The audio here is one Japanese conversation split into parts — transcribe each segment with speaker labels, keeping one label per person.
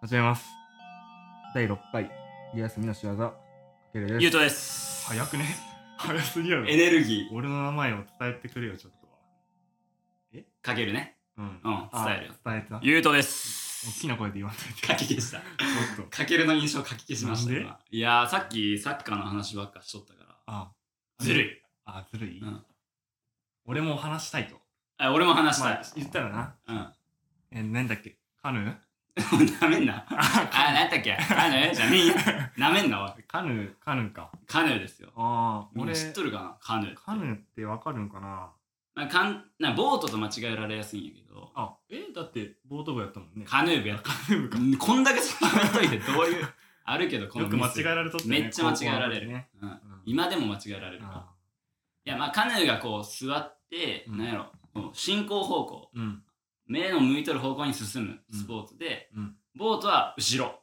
Speaker 1: 始めます。第6回、家休みの仕業、かけるで
Speaker 2: ゆう
Speaker 1: す。
Speaker 2: とです。
Speaker 1: 早くね 早すぎやろ。
Speaker 2: エネルギー
Speaker 1: 俺の名前を伝えてくれよ、ちょっとは。
Speaker 2: かけるね。
Speaker 1: うん。
Speaker 2: うん、
Speaker 1: あ
Speaker 2: 伝えるよ。
Speaker 1: 伝えてな。
Speaker 2: ゆうとで
Speaker 1: 大
Speaker 2: す。
Speaker 1: きな声で言わんといて。
Speaker 2: かき消した。
Speaker 1: ちょっと。
Speaker 2: かけるの印象かき消しました
Speaker 1: なんで
Speaker 2: 今いやー、さっきサッカーの話ばっかしとったか
Speaker 1: あ、
Speaker 2: ら。ずる
Speaker 1: あ、ずるい、
Speaker 2: い。うん。
Speaker 1: 俺も話したいと。
Speaker 2: あ俺も話したい
Speaker 1: あ。言ったらな。
Speaker 2: うん。
Speaker 1: え、なんだっけカヌー
Speaker 2: なめんな。あ、なんだっけカヌーじゃねえよ。 なめんな、おい
Speaker 1: カヌー、カヌーか。
Speaker 2: カヌーですよ。
Speaker 1: ああ、
Speaker 2: みん
Speaker 1: 俺
Speaker 2: な、知っとるかなカヌー。
Speaker 1: カヌーってわかるんかな
Speaker 2: まあかんなボートと間違えられやすいんやけど、
Speaker 1: あ、え、だって、ボート部やったもんね。
Speaker 2: カヌー部やっ
Speaker 1: カヌー部か。
Speaker 2: うんこんだけ先にといてどういう、あるけど、この
Speaker 1: よく間違え
Speaker 2: え
Speaker 1: られとったよね。
Speaker 2: めっちゃ間違えられ
Speaker 1: 高校の時
Speaker 2: る
Speaker 1: ね。
Speaker 2: うん。
Speaker 1: うん
Speaker 2: 今でも間違えられるから。
Speaker 1: あ
Speaker 2: いや、まあ、カヌーがこう座って、
Speaker 1: うん
Speaker 2: なんやろ、こう進行方向、
Speaker 1: ーうん。
Speaker 2: 目の向いとる方向に進む
Speaker 1: うん
Speaker 2: スポーツで、
Speaker 1: うん
Speaker 2: ボートは後ろ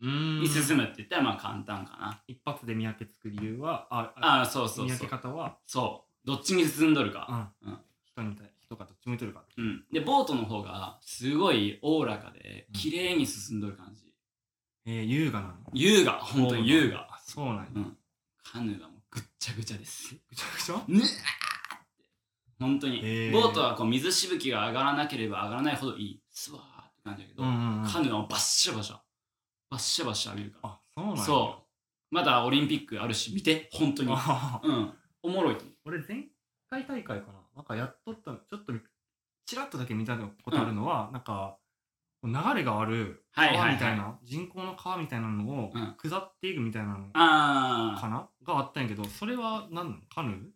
Speaker 1: うーん
Speaker 2: に進むって言ったら、まあ、簡単かな。
Speaker 1: 一発で見分けつく理由は、あ、あ
Speaker 2: ああ、そうそう
Speaker 1: 見
Speaker 2: そ
Speaker 1: 分け
Speaker 2: う。
Speaker 1: 方は、
Speaker 2: そう。どっちに進んどるか。
Speaker 1: う
Speaker 2: うんん。
Speaker 1: 人に対、人かどっち向いとるか。
Speaker 2: うん。で、ボートの方が、すごいおおらかで
Speaker 1: う、ん
Speaker 2: 綺麗に進んどる感じ。
Speaker 1: えー、優雅なの
Speaker 2: 優雅、本当に優雅。
Speaker 1: あ、そうなんや。
Speaker 2: うん。カヌーがもうぐっちゃぐちゃです。
Speaker 1: ぐちゃ ぐちゃ
Speaker 2: ね本当に、
Speaker 1: へー
Speaker 2: ボートはこう水しぶきが上がらなければ上がらないほどいいスワーって感じだけど、
Speaker 1: ん
Speaker 2: カヌーはバッシャバシャバッシャバシャ浴びるか
Speaker 1: あ、そうなん
Speaker 2: ら
Speaker 1: や。
Speaker 2: そうまだオリンピックあるし見て本当に
Speaker 1: あ
Speaker 2: うんおもろいと思う
Speaker 1: 俺、前回大会かな。なんかやっとった、ちょっと、ちらっとだけ見たことあるのは、なんか、流れがある
Speaker 2: はいはいは
Speaker 1: 川
Speaker 2: い
Speaker 1: みたいな、人工の川みたいなのを
Speaker 2: うん
Speaker 1: 下っていくみたいなの
Speaker 2: あ
Speaker 1: か
Speaker 2: あ
Speaker 1: ながあったんやけど、それは何なのカヌー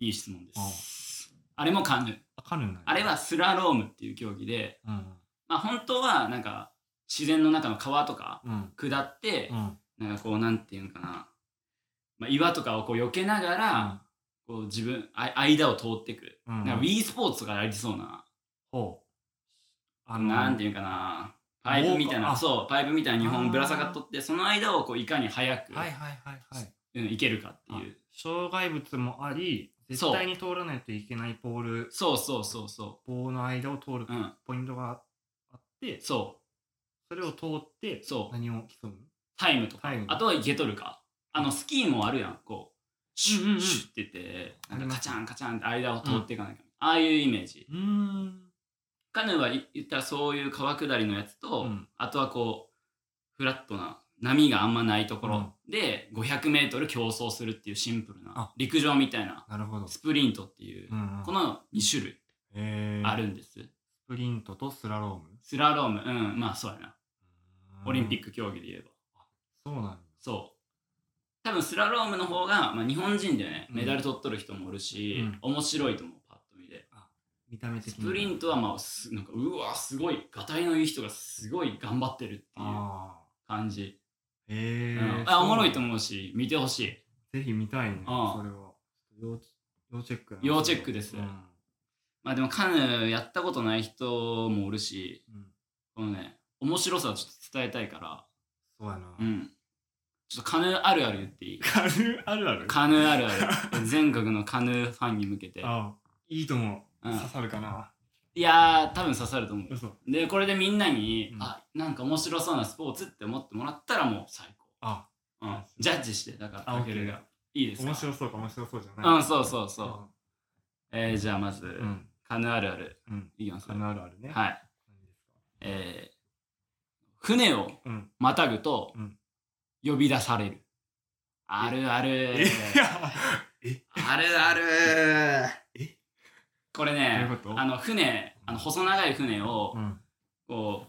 Speaker 2: いい質問ですあれもカヌー
Speaker 1: あカヌーなんや
Speaker 2: あれはスラロームっていう競技で
Speaker 1: うん。
Speaker 2: まあ本当はなんか自然の中の川とか
Speaker 1: うん。
Speaker 2: 下って
Speaker 1: う、ん。
Speaker 2: なんかこうなんていうんかな、まあ、岩とかをこう避けながら、こう自分あ間を通っていく、
Speaker 1: うん。
Speaker 2: なんか Wii スポーツとかでありそうな、
Speaker 1: ほう。あ
Speaker 2: なんていうんかなパイプみたい
Speaker 1: ウォーカーあ
Speaker 2: なそうパイプみたいな2本ぶら下がっとってその間をこういかに早く、
Speaker 1: はいはいはいはい。
Speaker 2: うん、行けるかっていう
Speaker 1: 障害物もあり、絶
Speaker 2: そう
Speaker 1: 対に通らないといけないポール、
Speaker 2: そうそうそうそ
Speaker 1: 棒の間を通る
Speaker 2: ううん
Speaker 1: ポイントがあって、
Speaker 2: そ
Speaker 1: それを通って
Speaker 2: う、そう
Speaker 1: 何を競うの
Speaker 2: タイムとか
Speaker 1: タイム
Speaker 2: あとは行けとるかあのスキーもあるやんこうシュ
Speaker 1: うんうんう
Speaker 2: ッ
Speaker 1: ん
Speaker 2: シュッってって
Speaker 1: あり
Speaker 2: なん
Speaker 1: ま
Speaker 2: か
Speaker 1: す
Speaker 2: カチャンカチャンって間を通っていかないか、ああいうイメージ
Speaker 1: うーん。
Speaker 2: カヌーはい言ったらそういう川下りのやつと、
Speaker 1: うん
Speaker 2: あとはこうフラットな波があんまないところで 500m 競争するっていうシンプル
Speaker 1: あ
Speaker 2: な陸上みたいな
Speaker 1: なるほど。
Speaker 2: スプリントっていう、
Speaker 1: うんうん
Speaker 2: この2種類
Speaker 1: えー
Speaker 2: あるんです、
Speaker 1: スプリントとスラローム。
Speaker 2: スラロームうんまあそうやなオリンピッ
Speaker 1: ク。
Speaker 2: ク競技で言えば
Speaker 1: そうなんや
Speaker 2: そう多分スラロームの方が、まあ、日本人でね
Speaker 1: うん
Speaker 2: メダル取っとる人もおるし、
Speaker 1: うん
Speaker 2: 面白いと思うパッと見で
Speaker 1: 見た目的
Speaker 2: ス
Speaker 1: に。
Speaker 2: プリントはまあすなんかうわすごいがたいのいい人がすごい頑張ってるっていう
Speaker 1: ああ。
Speaker 2: 感じ
Speaker 1: ええ
Speaker 2: うんあおもろいと思うし見てほしい
Speaker 1: ぜひ見たいね、
Speaker 2: ああ
Speaker 1: それは。要要チェックやな
Speaker 2: 要チェックです
Speaker 1: うんう
Speaker 2: まあでもカヌーやったことない人もおるし
Speaker 1: ん
Speaker 2: このね面白さをちょっと伝えたいから
Speaker 1: そうやな。
Speaker 2: うん ちょっとカヌーあるある言っていい
Speaker 1: カヌーあるある
Speaker 2: カヌーあるある全国のカヌーファンに向けて、
Speaker 1: ああいいと思う。
Speaker 2: うん
Speaker 1: 刺さるかな。
Speaker 2: いやー多分刺さると思
Speaker 1: 嘘。
Speaker 2: うでこれでみんなに、
Speaker 1: うん
Speaker 2: あなんか面白そうなスポーツって思ってもらったらもう最
Speaker 1: あ、
Speaker 2: 高、うん、ジャッジしてだから
Speaker 1: あ
Speaker 2: かけるがいいですか
Speaker 1: 面白そうか面白そうじゃない。
Speaker 2: うんそうそうそう、えー、じゃあまず、
Speaker 1: ううん。
Speaker 2: カヌーあるある
Speaker 1: うん。
Speaker 2: いきます
Speaker 1: カヌーあるあるね。。
Speaker 2: はいいえー船を
Speaker 1: うん。
Speaker 2: またぐと
Speaker 1: うん
Speaker 2: 呼び出される。あるある
Speaker 1: え、い。や、
Speaker 2: あるある。
Speaker 1: え
Speaker 2: これね
Speaker 1: どういうこ、と
Speaker 2: あの船、あの細長い船を
Speaker 1: う、ん。
Speaker 2: こ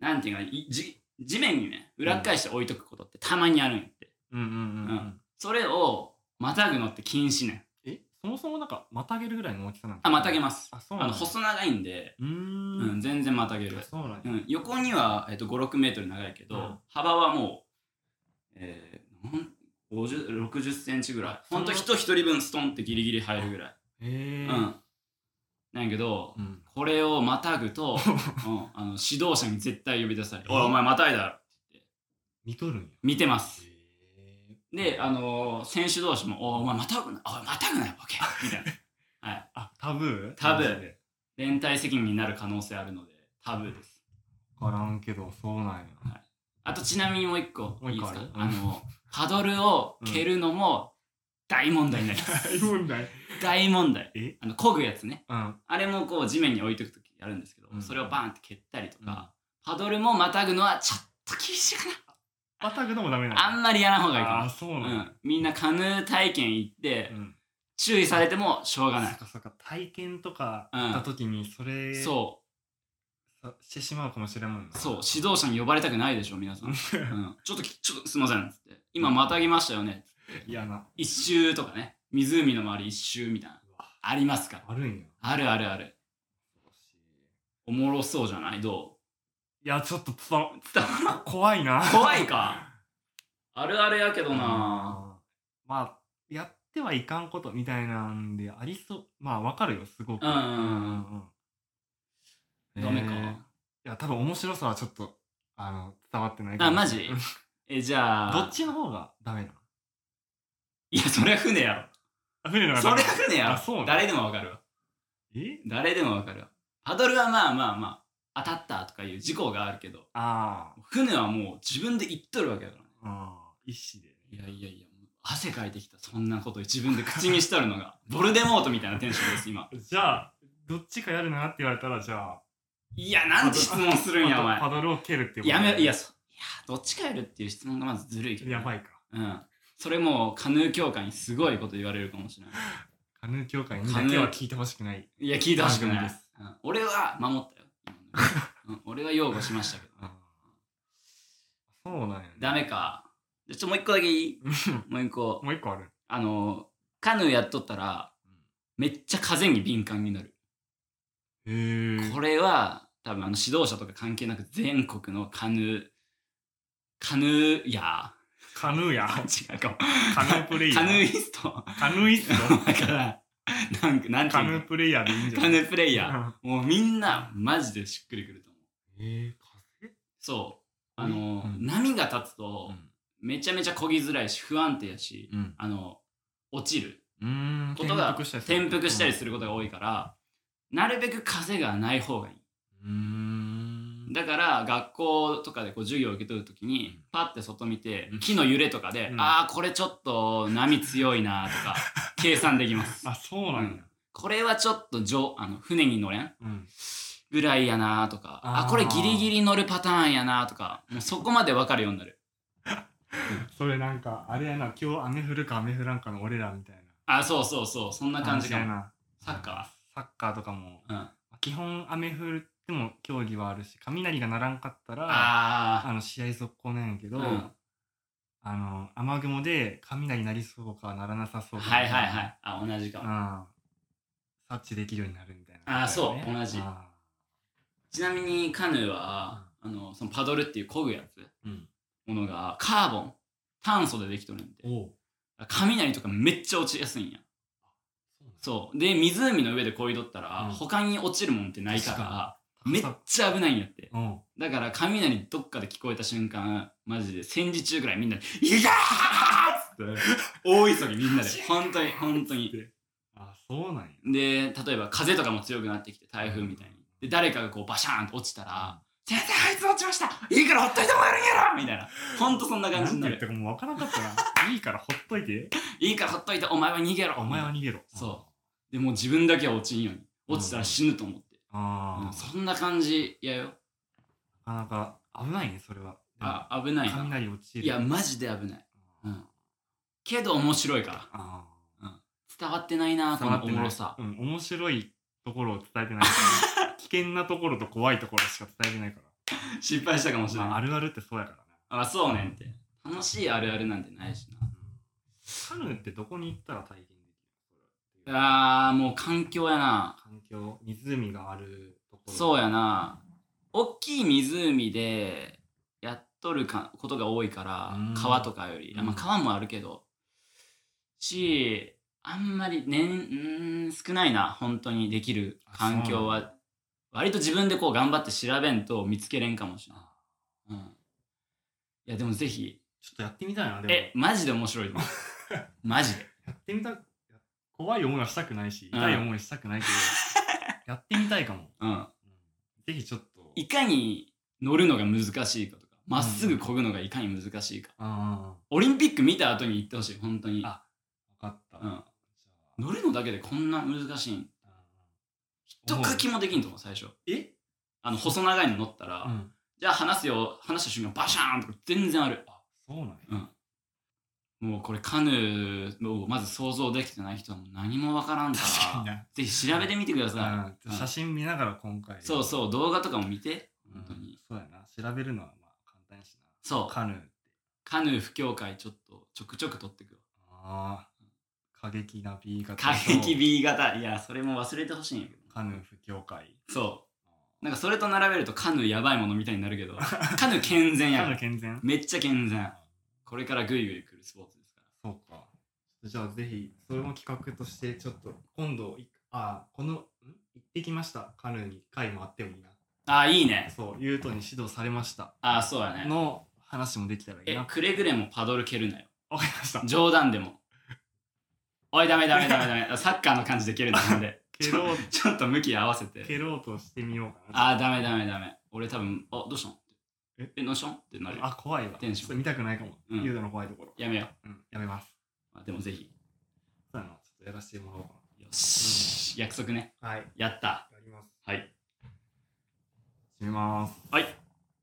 Speaker 2: う、なんていうかないじ、地面にね、裏っ返して置いとくことってたまにあるんやって。
Speaker 1: うんうんうんう。
Speaker 2: うんそれをまたぐのって禁止ね。
Speaker 1: え、そもそもなんか、またげるぐらいの大きさなん
Speaker 2: あ、またげ
Speaker 1: ま
Speaker 2: ます。
Speaker 1: あ、そうな
Speaker 2: あ
Speaker 1: ん
Speaker 2: の
Speaker 1: だ
Speaker 2: 細長いんで、
Speaker 1: うーん。
Speaker 2: うん、全然またげる
Speaker 1: あ。そうなん
Speaker 2: う
Speaker 1: や。
Speaker 2: ん、横には、えっと、5、6メートル長いけど、
Speaker 1: うん
Speaker 2: 幅はもう、えー、なん50 60センチぐらい。ほんと人一人分ストンってギリギリ入るぐらい。う
Speaker 1: へえ。
Speaker 2: ん。なんやけど、
Speaker 1: うん。
Speaker 2: これをまたぐ と、うん、あの指導者に絶対呼び出される。
Speaker 1: え
Speaker 2: おい、お前またいだろ。
Speaker 1: 見とるんや。
Speaker 2: 見てます。
Speaker 1: へえ
Speaker 2: で、あのー選手同士も、おい、お前またぐな、おい、またぐなよ、ボケ。みたいな。はい。
Speaker 1: あ、タブー
Speaker 2: タブー
Speaker 1: マジで
Speaker 2: 連帯責任になる可能性あるので、タブーです。
Speaker 1: わからんけど、そうなんや。
Speaker 2: はいあとちなみにもう一個
Speaker 1: もう
Speaker 2: い
Speaker 1: 一
Speaker 2: いで
Speaker 1: 個あ
Speaker 2: す
Speaker 1: る
Speaker 2: かあのパドルを蹴るのも大問題になります、
Speaker 1: 大問題。
Speaker 2: 大問題
Speaker 1: え
Speaker 2: あの漕ぐやつね
Speaker 1: うん。
Speaker 2: あれもこう地面に置いとくときやるんですけど、
Speaker 1: うん
Speaker 2: それをバーンって蹴ったりとか、パドルもまたぐのはちょっと厳しいか
Speaker 1: またぐのもダメなの
Speaker 2: な、あんまりやらん方がいい
Speaker 1: あ
Speaker 2: か
Speaker 1: あ、そう
Speaker 2: も、う
Speaker 1: なんだ。
Speaker 2: ん、みんなカヌー体験行って、
Speaker 1: うん。
Speaker 2: 注意されてもしょうがな
Speaker 1: そ
Speaker 2: い
Speaker 1: っ、かそっか、体験とか行った時に、それ、
Speaker 2: そ
Speaker 1: さしてしまうかもしれんもんな。
Speaker 2: うそう指導者に呼ばれたくないでしょ皆さん、うん、ちょっときちょっとすいませんっつって今またぎましたよね
Speaker 1: 嫌な。
Speaker 2: 一周とかね湖の周り一周みたいな
Speaker 1: うわ
Speaker 2: ありますから
Speaker 1: あるんや。
Speaker 2: あるあるあるおもろそうじゃないど
Speaker 1: いや、ちょっと伝わ
Speaker 2: う伝わらん
Speaker 1: 怖いな。
Speaker 2: 怖いかあるあるやけどな
Speaker 1: まあ、やってはいかんことみたいなんで、ありそう。まあ、わかるよ、すごく。
Speaker 2: うんうんうん
Speaker 1: うん
Speaker 2: ダメ
Speaker 1: えーい
Speaker 2: か
Speaker 1: や、多分面白さはちょっと、あの、伝わってない
Speaker 2: あ
Speaker 1: かも
Speaker 2: マ
Speaker 1: しれ
Speaker 2: ジ
Speaker 1: ない
Speaker 2: えじゃあ
Speaker 1: どっちの方がダメなの
Speaker 2: いやそりゃ船や
Speaker 1: あ船の
Speaker 2: ろ
Speaker 1: 方
Speaker 2: そ
Speaker 1: がダ
Speaker 2: り
Speaker 1: メ
Speaker 2: ゃ船や
Speaker 1: あそうな
Speaker 2: ろ
Speaker 1: の
Speaker 2: 誰でもわかるわ
Speaker 1: え
Speaker 2: 誰でもわかるわパドルはまあまあまあ当たったとかいう事故があるけど
Speaker 1: あ
Speaker 2: 船はもう自分で行っとるわけだからね
Speaker 1: あ、うん。一子で。
Speaker 2: いやいやいや汗かいてきたそんなこと自分で口にしとるのがボルデモートみたいなテンションです今
Speaker 1: じゃあ、どっちかやるなって言われたら、じゃあ、
Speaker 2: いやなんで質問するんやお前
Speaker 1: パドルを蹴るっていうこと
Speaker 2: やめいやそいやどっちかやるっていう質問がまずずるいけどね、
Speaker 1: やばいか。
Speaker 2: うんそれもうカヌー協会にすごいこと言われるかもしれない
Speaker 1: カヌー協会にだけは聞いてほしくない。
Speaker 2: いや聞いてほしくな
Speaker 1: 番組
Speaker 2: い
Speaker 1: です、
Speaker 2: うん俺は守ったよ、うん俺は擁護しましたけど
Speaker 1: うんそうなんや、ね。
Speaker 2: ダメかじゃあちょっともう一個だけいい
Speaker 1: うん
Speaker 2: もう一個
Speaker 1: もう一個ある。
Speaker 2: あのカヌーやっとったらめっちゃ風に敏感になる
Speaker 1: へえ。
Speaker 2: これは多分あの指導者とか関係なく全国のカヌーカヌーや
Speaker 1: カヌー や。
Speaker 2: ー違うかも
Speaker 1: カヌープレイヤー。
Speaker 2: カヌーイスト
Speaker 1: カヌーイスト。
Speaker 2: だからなんかなんて
Speaker 1: カ
Speaker 2: い
Speaker 1: ヌ
Speaker 2: う
Speaker 1: ープレイヤーでいいんじ
Speaker 2: の
Speaker 1: ゃ
Speaker 2: カ
Speaker 1: ない
Speaker 2: ヌープレイヤ
Speaker 1: ー。
Speaker 2: ーもうみんなマジでしっくりくると思う
Speaker 1: え
Speaker 2: そうあの、
Speaker 1: うん
Speaker 2: 波が立つと
Speaker 1: ー、
Speaker 2: めちゃめちゃ漕ぎづらいし不安定やし
Speaker 1: うん。
Speaker 2: あの落ちる
Speaker 1: うん。
Speaker 2: ことが
Speaker 1: したりする
Speaker 2: 転覆したりすることが多いからなるべく風がない方がいい
Speaker 1: うん。
Speaker 2: だから学校とかでこう授業を受け取るとき
Speaker 1: うん
Speaker 2: にパッて外見て
Speaker 1: うん
Speaker 2: 木の揺れとかで、
Speaker 1: うん
Speaker 2: ああこれちょっと波強いなと か計算できます
Speaker 1: あ、そうなんや。
Speaker 2: これはちょっと上あの船に乗れん
Speaker 1: うん。
Speaker 2: ぐらいやなとかあ
Speaker 1: あー
Speaker 2: これギリギリ乗るパターンやなとかもうそこまで分かるようになる
Speaker 1: それなんか、あれやな、今日雨降るか雨降らんかの俺らみたい
Speaker 2: あそうそうそうそんな
Speaker 1: な
Speaker 2: 感じか
Speaker 1: や
Speaker 2: も
Speaker 1: な。
Speaker 2: サッカ
Speaker 1: サッカーとかも、
Speaker 2: ー、うん、
Speaker 1: 基本雨降っても競技はあるし、雷が鳴らんかったら、
Speaker 2: あ
Speaker 1: あの試合続行なんやけ
Speaker 2: ー
Speaker 1: ど、
Speaker 2: うん
Speaker 1: あの雨雲で雷鳴りそうかならなさそうか
Speaker 2: はいはいはいあ同じかも
Speaker 1: ああ察知できるようになるみたいな、
Speaker 2: あーそう同じ
Speaker 1: あ
Speaker 2: ちなみにカヌーは、あのそのパドルっていう漕ぐやつ
Speaker 1: ーうん
Speaker 2: ものがカーボン炭素でできとるんで
Speaker 1: おう
Speaker 2: 雷とかめっちゃ落ちやすいんやそうで湖の上で漕いどったら、
Speaker 1: うん
Speaker 2: 他に落ちるもんってないからめ
Speaker 1: 確
Speaker 2: っ
Speaker 1: かに
Speaker 2: ちゃ危ないんやって
Speaker 1: うん
Speaker 2: だから雷どっかで聞こえた瞬間マジで戦時中ぐらいみんなで「いやー!」っつって大急ぎみんなで本当に本当に
Speaker 1: あーそうなんや
Speaker 2: で例えば風とかも強くなってきて台風みたいにで誰かがこうバシャーンと落ちたら「先生あいつ落ちましたいいからほっといてもらえるんやろ!」みたいなほんとそんな感
Speaker 1: な
Speaker 2: じ
Speaker 1: ん
Speaker 2: に
Speaker 1: て言
Speaker 2: な
Speaker 1: っ
Speaker 2: る
Speaker 1: たかもう分からんかった ないいからほっといて
Speaker 2: 「いいからほっといてお前は逃げろ」
Speaker 1: お前は逃げろ
Speaker 2: そでもう自分だけは落ちんように落ちたら死ぬと思っ
Speaker 1: う
Speaker 2: て、
Speaker 1: んあ
Speaker 2: うん
Speaker 1: あ
Speaker 2: そんな感じやよ
Speaker 1: なかなか危ないねそれは
Speaker 2: あ危ないな
Speaker 1: 雷落ちる
Speaker 2: いやマジで危ない、うん、けど面白いから
Speaker 1: あー
Speaker 2: 伝わってないなこのおもろさ
Speaker 1: うん、面白いところを伝えてない 危険なところと怖いところしか伝えてないか
Speaker 2: 失敗したかもしれ
Speaker 1: ら、まあ、
Speaker 2: な
Speaker 1: あ
Speaker 2: い
Speaker 1: るあるってそうやからね
Speaker 2: あそうねんって楽しいあるあるなんてないしな
Speaker 1: カヌーってどこに行ったら体験できるそれ
Speaker 2: あーもう環境やな
Speaker 1: 環境湖があるところ
Speaker 2: そう
Speaker 1: や
Speaker 2: やな大きい湖でやっとるかことが多いから
Speaker 1: うん
Speaker 2: 川とかより、
Speaker 1: うん
Speaker 2: まあ、川もあるけどしあんまり年うん少ないな本当にできる環境
Speaker 1: あ
Speaker 2: は割と自分でこう頑張って調べんと見つけれんかもしれない、うん、いやでもぜひ
Speaker 1: ちょっとやってみたいなでも
Speaker 2: えマジで面白いと 思うマジで
Speaker 1: やってみたいや怖い思いはしたくないし
Speaker 2: うん
Speaker 1: 痛い思いしたくないけ どやってみたいかも、
Speaker 2: うん
Speaker 1: うんぜひちょっと
Speaker 2: いかに乗るのが難しいかとかまっすぐこぐのがいかに難しいか。
Speaker 1: あ
Speaker 2: オリンピック見た後に行ってほしい、本当に。
Speaker 1: ああ、分かった。
Speaker 2: うん
Speaker 1: じゃ
Speaker 2: 乗るのだけでこんな難しいん。
Speaker 1: あ
Speaker 2: ひとかきもできんと思う、最初。
Speaker 1: え
Speaker 2: あの、細長いの乗ったら、
Speaker 1: うん。
Speaker 2: じゃあ話すよ、話した瞬間バシャーンとか全然ある。
Speaker 1: あ、そうなんや。
Speaker 2: もうこれカヌーをまず想像できてない人はもう何もわからんか
Speaker 1: 確からに、な。
Speaker 2: ぜひ調べてみてくださ
Speaker 1: うん写真見ながら今回。
Speaker 2: い。そう
Speaker 1: う。
Speaker 2: そう、動画とかも見て、本当に。
Speaker 1: そうやな。調べるのはまあ簡単やし
Speaker 2: そ
Speaker 1: な。
Speaker 2: う、
Speaker 1: カヌーって。
Speaker 2: カヌー不協会ちょっとちょくちょく撮ってくわ。
Speaker 1: ああ。過激な B 型。
Speaker 2: 過 激。B 型、いや、それも忘れてほしいんやけど。
Speaker 1: カヌー不協会。
Speaker 2: そう。なんかそれと並べるとカヌーやばいものみたいにな るけど、カヌー健全や
Speaker 1: カ
Speaker 2: か
Speaker 1: ヌー
Speaker 2: ら。
Speaker 1: 健全
Speaker 2: めっちゃ健全。これからグイグイ来るスポーツですか
Speaker 1: そうか。じゃあぜひ、それも企画として、ちょっと今度い、あ、この、ん行ってきました。カヌーに回もあってもいいな。
Speaker 2: ら。ああ、いいね。
Speaker 1: そう、ユートに指導されました。
Speaker 2: ああ、そうだね。
Speaker 1: の話もできたらいい
Speaker 2: え
Speaker 1: な。、
Speaker 2: くれぐれもパドル蹴るなよ。
Speaker 1: わかりました。
Speaker 2: 冗談でも。おい、ダメダメダメ ダメ。サッカーの感じで蹴るんだもんで。
Speaker 1: 蹴ろう、
Speaker 2: ちょっと向き合わせて。
Speaker 1: 蹴ろうとしてみようかな。
Speaker 2: あー、ダメダメダメ。俺多分、あ、どうしたの
Speaker 1: え
Speaker 2: え、どうしたのってなるよ。
Speaker 1: あ、怖いわ。
Speaker 2: テンション
Speaker 1: ちょっと見たくないかも。
Speaker 2: うん
Speaker 1: ユートの怖いところ。
Speaker 2: やめよ
Speaker 1: うん、やめます。
Speaker 2: う。まあでもぜひ。
Speaker 1: そうやな、ちょっとやらせてもらおうか
Speaker 2: よし。約束ね。
Speaker 1: な。はい、
Speaker 2: やった。
Speaker 1: やります。
Speaker 2: はい。
Speaker 1: 閉めます。
Speaker 2: はい。